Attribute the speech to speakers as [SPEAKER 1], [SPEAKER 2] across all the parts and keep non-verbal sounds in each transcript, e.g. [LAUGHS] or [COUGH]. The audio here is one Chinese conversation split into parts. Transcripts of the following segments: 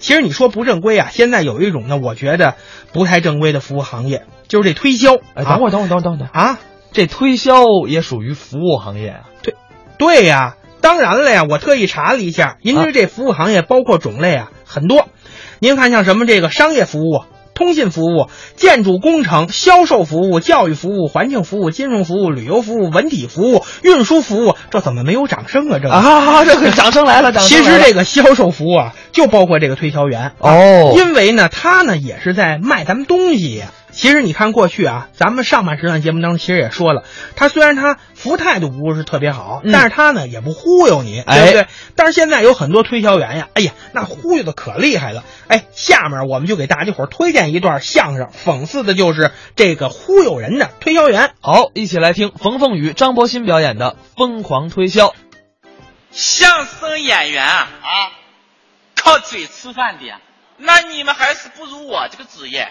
[SPEAKER 1] 其实你说不正规啊，现在有一种呢，我觉得不太正规的服务行业，就是这推销。
[SPEAKER 2] 哎，等会儿，等会儿，等会儿，等会儿，
[SPEAKER 1] 啊啊，
[SPEAKER 2] 这推销也属于服务行业啊？
[SPEAKER 1] 对呀、当然了呀，我特意查了一下，您知这服务行业包括种类啊很多。您看像什么这个商业服务、啊通信服务、建筑工程、销售服务、教育服务、环境服务、金融服务、旅游服务、文体服务、运输服务，这怎么没有掌声啊？这个
[SPEAKER 2] 啊，这个掌声来了，掌
[SPEAKER 1] 其
[SPEAKER 2] 声
[SPEAKER 1] 实
[SPEAKER 2] 来了
[SPEAKER 1] 这个销售服务啊，就包括这个推销员，
[SPEAKER 2] 哦，
[SPEAKER 1] 因为呢，他呢也是在卖咱们东西呀。其实你看过去啊，咱们上半时段节目当中其实也说了，他虽然他服务态度不是特别好，
[SPEAKER 2] 嗯
[SPEAKER 1] 但是他呢也不忽悠你，
[SPEAKER 2] 哎
[SPEAKER 1] 对不对？但是现在有很多推销员呀，哎呀，那忽悠的可厉害了。哎，下面我们就给大家伙儿推荐一段相声，讽刺的就是这个忽悠人的推销员。
[SPEAKER 2] 好，一起来听冯凤雨、张博鑫表演的《疯狂推销》。
[SPEAKER 3] 相声演员啊啊，靠嘴吃饭的呀，那你们还是不如我这个职业。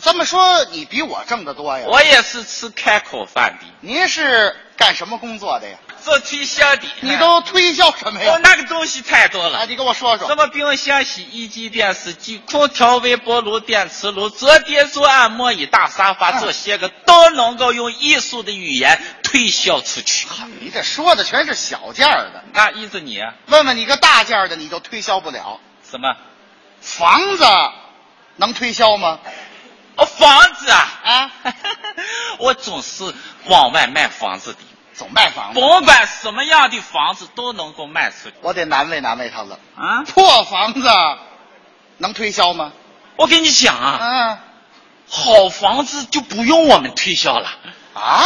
[SPEAKER 4] 这么说，你比我挣得多呀？
[SPEAKER 3] 我也是吃开口饭的，
[SPEAKER 4] 您是干什么工作的呀？
[SPEAKER 3] 做推销的。
[SPEAKER 4] 你都推销什么
[SPEAKER 3] 哎我
[SPEAKER 4] 呀？
[SPEAKER 3] 那个东西太多
[SPEAKER 4] 哎，
[SPEAKER 3] 了，
[SPEAKER 4] 你跟我说
[SPEAKER 3] 什
[SPEAKER 4] 说。
[SPEAKER 3] 么冰箱、洗衣机、电视机、空调、微波炉、电磁炉、折叠桌、按摩椅、大沙发，
[SPEAKER 4] 嗯
[SPEAKER 3] 这些个都能够用艺术的语言推销出去。
[SPEAKER 4] 你哎这说的全是小件儿的，
[SPEAKER 3] 那意思你啊
[SPEAKER 4] 问问你个大件儿的，你都推销不了。
[SPEAKER 3] 什么？
[SPEAKER 4] 房子能推销吗？
[SPEAKER 3] 哦，房子啊！
[SPEAKER 4] 啊，
[SPEAKER 3] [LAUGHS] 我总是往外卖房子的。
[SPEAKER 4] 总卖房子，
[SPEAKER 3] 甭管什么样的房子都能够卖出去
[SPEAKER 4] 我得难为难为他了。
[SPEAKER 3] 啊！
[SPEAKER 4] 破房子能推销吗？
[SPEAKER 3] 我跟你讲啊，
[SPEAKER 4] 啊
[SPEAKER 3] 好房子就不用我们推销了，
[SPEAKER 4] 啊，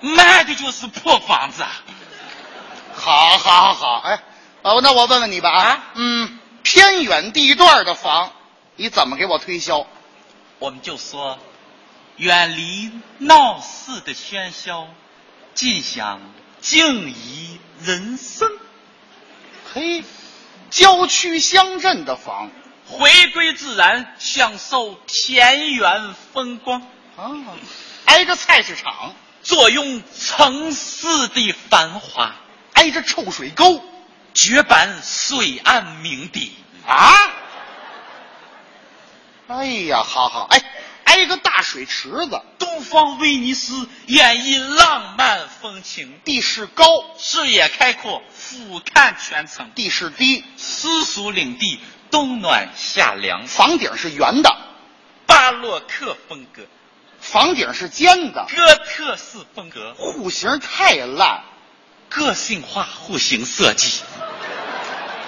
[SPEAKER 3] 卖的就是破房子。啊
[SPEAKER 4] 好，好，好，哎，哦，那我问问你吧
[SPEAKER 3] 啊
[SPEAKER 4] 啊，嗯，偏远地段的房，你怎么给我推销？
[SPEAKER 3] 我们就说，远离闹市的喧嚣，尽享静怡人生，
[SPEAKER 4] 嘿，郊区乡镇的房
[SPEAKER 3] 回归自然，享受田园风光，
[SPEAKER 4] 啊，挨着菜市场，
[SPEAKER 3] 坐拥城市的繁华，
[SPEAKER 4] 挨着臭水沟
[SPEAKER 3] 绝版水岸名邸。
[SPEAKER 4] 啊。哎呀，好好，哎，挨个大水池子，
[SPEAKER 3] 东方威尼斯演绎浪漫风情，
[SPEAKER 4] 地势高，
[SPEAKER 3] 视野开阔，俯瞰全城，
[SPEAKER 4] 地势低，
[SPEAKER 3] 私塾领地，冬暖夏凉，
[SPEAKER 4] 房顶是圆的，
[SPEAKER 3] 巴洛克风格、
[SPEAKER 4] 房顶是尖的，
[SPEAKER 3] 哥特式风格，
[SPEAKER 4] 户型太烂。
[SPEAKER 3] 个性化户型设计，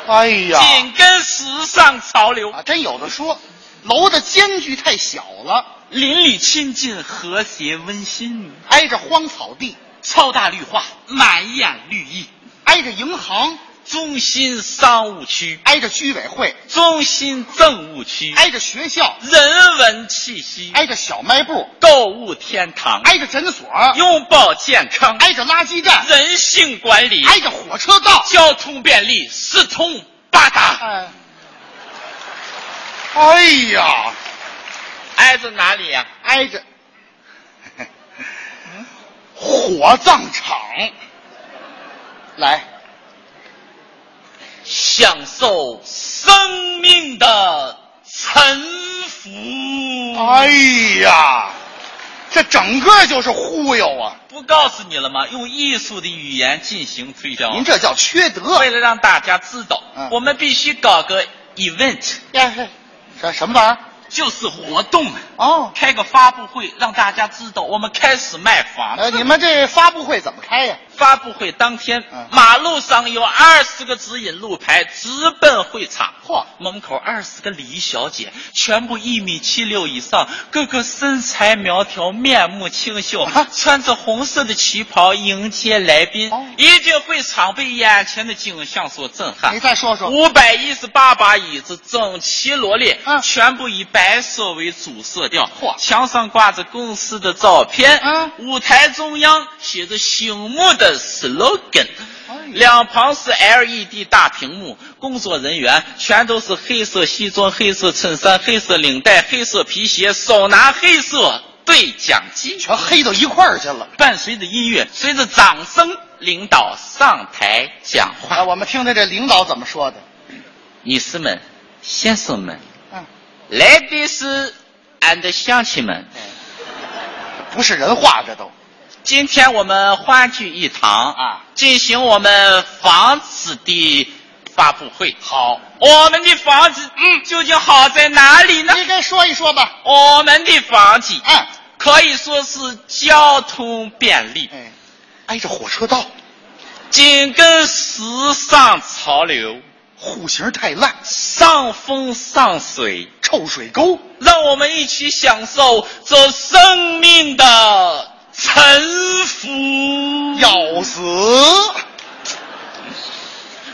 [SPEAKER 4] 哎呀，
[SPEAKER 3] 紧跟时尚潮流，
[SPEAKER 4] 啊，真有的说，楼的间距太小了，
[SPEAKER 3] 邻里亲近，和谐温馨，
[SPEAKER 4] 挨着荒草地，
[SPEAKER 3] 超大绿化，满眼绿意，
[SPEAKER 4] 挨着银行，
[SPEAKER 3] 中心商务区，
[SPEAKER 4] 挨着居委会，
[SPEAKER 3] 中心政务区，
[SPEAKER 4] 挨着学校，
[SPEAKER 3] 人文气息。
[SPEAKER 4] 挨着小卖部，
[SPEAKER 3] 购物天堂，
[SPEAKER 4] 挨着诊所，
[SPEAKER 3] 拥抱健康，
[SPEAKER 4] 挨着垃圾站，
[SPEAKER 3] 人性管理，
[SPEAKER 4] 挨着火车道。
[SPEAKER 3] 交通便利，四通八达。
[SPEAKER 4] 哎，哎呀，
[SPEAKER 3] 挨着哪里呀、
[SPEAKER 4] 挨着火葬场。来，
[SPEAKER 3] 享受生命的沉浮。嗯
[SPEAKER 4] 哎呀，这整个就是忽悠啊！
[SPEAKER 3] 不告诉你了吗？用艺术的语言进行推销。啊
[SPEAKER 4] 您这叫缺德
[SPEAKER 3] 嗯为。了让大家知道，
[SPEAKER 4] 嗯
[SPEAKER 3] 我们必须搞个 event，
[SPEAKER 4] 呀，哎这什么玩意儿？
[SPEAKER 3] 就是活动，
[SPEAKER 4] 哦，
[SPEAKER 3] 开个发布会，让大家知道我们开始卖房
[SPEAKER 4] 呃，
[SPEAKER 3] 子。
[SPEAKER 4] 你们这发布会怎么开呀？
[SPEAKER 3] 发布会当天
[SPEAKER 4] 嗯，
[SPEAKER 3] 马路上有二十个指引路牌，直奔会场。
[SPEAKER 4] 嚯
[SPEAKER 3] 门口二十个礼仪小姐，全部一米七六以上，个个身材苗条，面目清秀
[SPEAKER 4] 啊，
[SPEAKER 3] 穿着红色的旗袍迎接来宾
[SPEAKER 4] 哦。
[SPEAKER 3] 一进会场，被眼前的景象所震撼
[SPEAKER 4] 你。再说说。
[SPEAKER 3] 五百一十八把椅子整齐罗列，
[SPEAKER 4] 嗯
[SPEAKER 3] 全部以白色为主色调。
[SPEAKER 4] 嚯
[SPEAKER 3] 墙上挂着公司的照片，
[SPEAKER 4] 嗯
[SPEAKER 3] 舞台中央写着醒目的 slogan，、
[SPEAKER 4] 哎呀
[SPEAKER 3] 两旁是 LED 大屏幕，工作人员全都是黑色西装、黑色衬衫、黑色领带、黑色皮鞋，手拿黑色对讲机。
[SPEAKER 4] 全黑到一块儿去了。
[SPEAKER 3] 伴随着音乐，随着掌声，领导上台讲话。
[SPEAKER 4] 啊哎，我们听听这领导怎么说的。
[SPEAKER 3] 女士们、先生们、
[SPEAKER 4] 嗯，
[SPEAKER 3] 来宾是 and 乡亲们，
[SPEAKER 4] 嗯不是人话，这都
[SPEAKER 3] 今天我们欢聚一堂
[SPEAKER 4] 啊，
[SPEAKER 3] 进行我们房子的发布会。
[SPEAKER 4] 好。
[SPEAKER 3] 我们的房子，嗯，究竟好在哪里呢？
[SPEAKER 4] 你该说一说吧。
[SPEAKER 3] 我们的房子，
[SPEAKER 4] 嗯，
[SPEAKER 3] 可以说是交通便利，
[SPEAKER 4] 哎，挨着火车道，
[SPEAKER 3] 紧跟时尚潮流，
[SPEAKER 4] 户型太烂，
[SPEAKER 3] 上风上水，
[SPEAKER 4] 臭水沟。
[SPEAKER 3] 让我们一起享受这生命的沉浮。
[SPEAKER 4] 要死！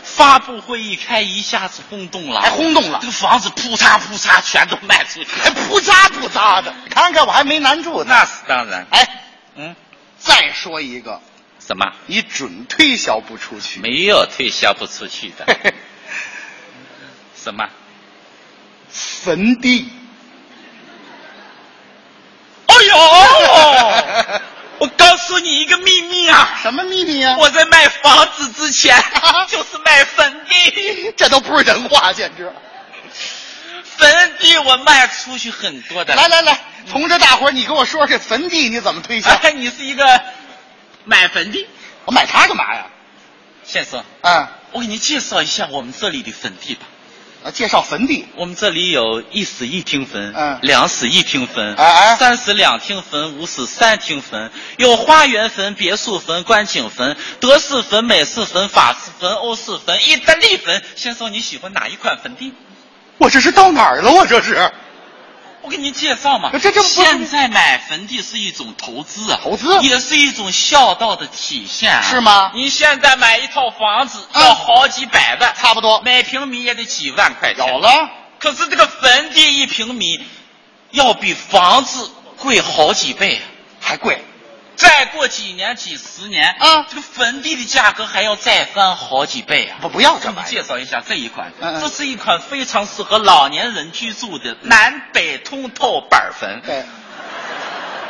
[SPEAKER 3] 发布会一开，一下子轰动了，
[SPEAKER 4] 还轰动了
[SPEAKER 3] 这个房子扑嚓扑嚓全都卖出去
[SPEAKER 4] 还
[SPEAKER 3] 了。
[SPEAKER 4] 扑嚓扑嚓的，看看我还没难住呢。
[SPEAKER 3] 那是当然。
[SPEAKER 4] 哎，
[SPEAKER 3] 嗯，
[SPEAKER 4] 再说一个，
[SPEAKER 3] 什么？
[SPEAKER 4] 你准推销不出去。
[SPEAKER 3] 没有推销不出去的。什么？
[SPEAKER 4] [LAUGHS] 坟地，
[SPEAKER 3] 哎呦！ [LAUGHS] 我告诉你一个秘密啊！
[SPEAKER 4] 什么秘密呀、，
[SPEAKER 3] 我在卖房子之前
[SPEAKER 4] [LAUGHS]
[SPEAKER 3] 就是卖坟地，
[SPEAKER 4] 这都不是人话，简直！
[SPEAKER 3] 坟地我卖出去很多的。
[SPEAKER 4] 来来来，同志大伙儿，你给我说说这坟地你怎么推销？
[SPEAKER 3] 哎，你是一个买坟地
[SPEAKER 4] 我买它干嘛呀？
[SPEAKER 3] 先生，
[SPEAKER 4] 啊，
[SPEAKER 3] 我给您介绍一下我们这里的坟地吧。
[SPEAKER 4] 啊介绍坟地，
[SPEAKER 3] 我们这里有一室一厅坟，
[SPEAKER 4] 嗯
[SPEAKER 3] 两室一厅坟，
[SPEAKER 4] 哎哎
[SPEAKER 3] 三室两厅坟，五室三厅坟，有花园坟、别墅坟、观景坟、德式坟、美式坟、法式坟、欧式坟、意大利坟。先生，你喜欢哪一款坟地？
[SPEAKER 4] 我这是到哪儿了？我啊这是
[SPEAKER 3] 我给您介绍嘛，
[SPEAKER 4] 这这不是
[SPEAKER 3] 现在买坟地是一种投资啊，
[SPEAKER 4] 投资
[SPEAKER 3] 也是一种孝道的体现、啊，
[SPEAKER 4] 是吗
[SPEAKER 3] 您现在买一套房子
[SPEAKER 4] 嗯
[SPEAKER 3] 要好几百万，
[SPEAKER 4] 差不多
[SPEAKER 3] 每平米也得几万块钱，
[SPEAKER 4] 有了，
[SPEAKER 3] 可是这个坟地一平米要比房子贵好几倍啊！
[SPEAKER 4] 还贵，
[SPEAKER 3] 再过几年、几十年，
[SPEAKER 4] 啊
[SPEAKER 3] 这个坟地的价格还要再翻好几倍啊！
[SPEAKER 4] 我不要
[SPEAKER 3] 我给
[SPEAKER 4] 这
[SPEAKER 3] 你
[SPEAKER 4] 玩意
[SPEAKER 3] 介
[SPEAKER 4] 儿。
[SPEAKER 3] 绍一下这一款，
[SPEAKER 4] 嗯嗯
[SPEAKER 3] 这是一款非常适合老年人居住的南北通透板坟，
[SPEAKER 4] 对，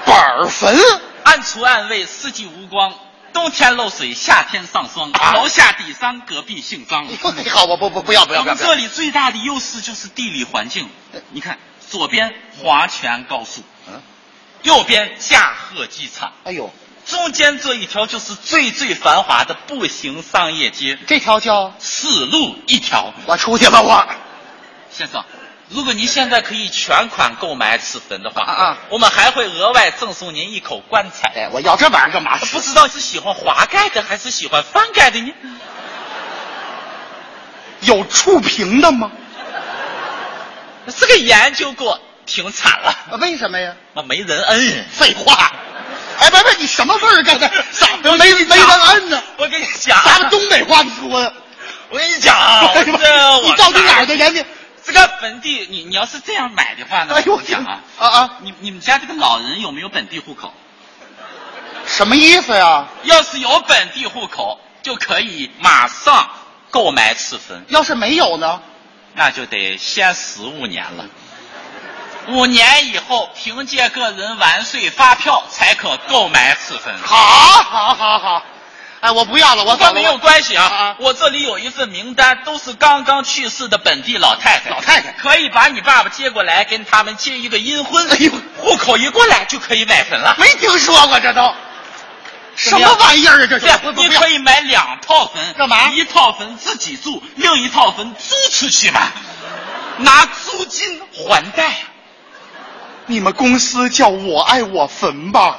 [SPEAKER 4] 板儿坟， [LAUGHS]
[SPEAKER 3] 按厨按位，四季无光，冬天漏水，夏天上霜，
[SPEAKER 4] 啊
[SPEAKER 3] 楼下底商，隔壁姓张。
[SPEAKER 4] 哟，你好，我不不不要不要
[SPEAKER 3] 我
[SPEAKER 4] 不
[SPEAKER 3] 们
[SPEAKER 4] 要不
[SPEAKER 3] 这
[SPEAKER 4] 要，
[SPEAKER 3] 里最大的优势就是地理环境
[SPEAKER 4] 对，
[SPEAKER 3] 你看左边华泉高速，
[SPEAKER 4] 嗯，
[SPEAKER 3] 右边驾鹤机场，
[SPEAKER 4] 哎呦，
[SPEAKER 3] 中间这一条就是最最繁华的步行商业街，
[SPEAKER 4] 这条叫
[SPEAKER 3] 四路一条。
[SPEAKER 4] 我出去了我，
[SPEAKER 3] 先生，如果您现在可以全款购买此坟的话，
[SPEAKER 4] 啊啊
[SPEAKER 3] 我们还会额外赠送您一口棺材。
[SPEAKER 4] 哎，我要这玩意儿干嘛？
[SPEAKER 3] 啊不知道是喜欢滑盖的还是喜欢翻盖的呢？
[SPEAKER 4] 有触屏的吗？
[SPEAKER 3] 这个研究过，停产了，
[SPEAKER 4] 啊为什么呀？
[SPEAKER 3] 那没人恩。
[SPEAKER 4] 废话。哎，别别，你什么字儿刚才？ [LAUGHS] 怎么没没人摁呢？
[SPEAKER 3] 我跟你讲，
[SPEAKER 4] 咱们东北话说的。
[SPEAKER 3] 我跟你
[SPEAKER 4] [LAUGHS]
[SPEAKER 3] 讲啊，
[SPEAKER 4] 哎呦
[SPEAKER 3] 这我
[SPEAKER 4] 你到底哪儿的人呢？
[SPEAKER 3] 这个本地，你你要是这样买的话呢，
[SPEAKER 4] 哎呦
[SPEAKER 3] 我
[SPEAKER 4] 我
[SPEAKER 3] 跟你讲啊，
[SPEAKER 4] 啊啊！
[SPEAKER 3] 你你们家这个老人有没有本地户口？
[SPEAKER 4] 什么意思呀？
[SPEAKER 3] 要是有本地户口，就可以马上购买此坟，
[SPEAKER 4] 要是没有呢？
[SPEAKER 3] 那就得先十五年了。五年以后，凭借个人完税发票才可购买此坟。
[SPEAKER 4] 好，好，好，好。哎，我不要了，我
[SPEAKER 3] 不
[SPEAKER 4] 走
[SPEAKER 3] 过
[SPEAKER 4] 了
[SPEAKER 3] 没有关系
[SPEAKER 4] 啊
[SPEAKER 3] 啊
[SPEAKER 4] 啊，
[SPEAKER 3] 我这里有一份名单，都是刚刚去世的本地老太太。
[SPEAKER 4] 老太太
[SPEAKER 3] 可以把你爸爸接过来，跟他们结一个阴婚。
[SPEAKER 4] 哎呦
[SPEAKER 3] 户口一过来就可以买坟了。
[SPEAKER 4] 没听说过这都。什
[SPEAKER 3] 么样
[SPEAKER 4] 么玩意儿啊？这是
[SPEAKER 3] 对，
[SPEAKER 4] 不不
[SPEAKER 3] 你
[SPEAKER 4] 不要
[SPEAKER 3] 可以买两套坟，
[SPEAKER 4] 干嘛
[SPEAKER 3] 一套坟自己住，另一套坟租出去嘛， [LAUGHS] 拿租金还贷。
[SPEAKER 4] 你们公司叫我爱我坟吧？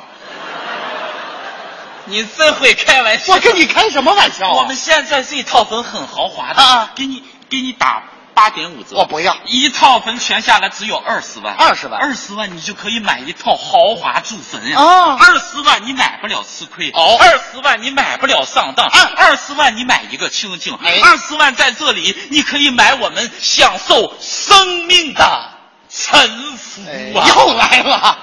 [SPEAKER 3] 你真会开玩笑。
[SPEAKER 4] 我跟你开什么玩笑啊？
[SPEAKER 3] 我们现在这一套坟很豪华的，
[SPEAKER 4] 啊
[SPEAKER 3] 给你给你打八点五折。
[SPEAKER 4] 我不要
[SPEAKER 3] 一套坟全下来只有二十万，
[SPEAKER 4] 20万
[SPEAKER 3] 二十万你就可以买一套豪华住坟呀、
[SPEAKER 4] 啊
[SPEAKER 3] 二十万你买不了吃亏，
[SPEAKER 4] 哦
[SPEAKER 3] 二十万你买不了上当，
[SPEAKER 4] 啊
[SPEAKER 3] 二十万你买一个清净，
[SPEAKER 4] 哎
[SPEAKER 3] 二十万在这里你可以买我们享受生命的沉浮
[SPEAKER 4] 哎
[SPEAKER 3] 啊！
[SPEAKER 4] 又来了。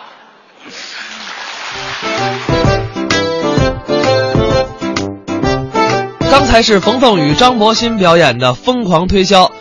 [SPEAKER 2] 刚才是冯凤雨、张博鑫表演的疯狂推销。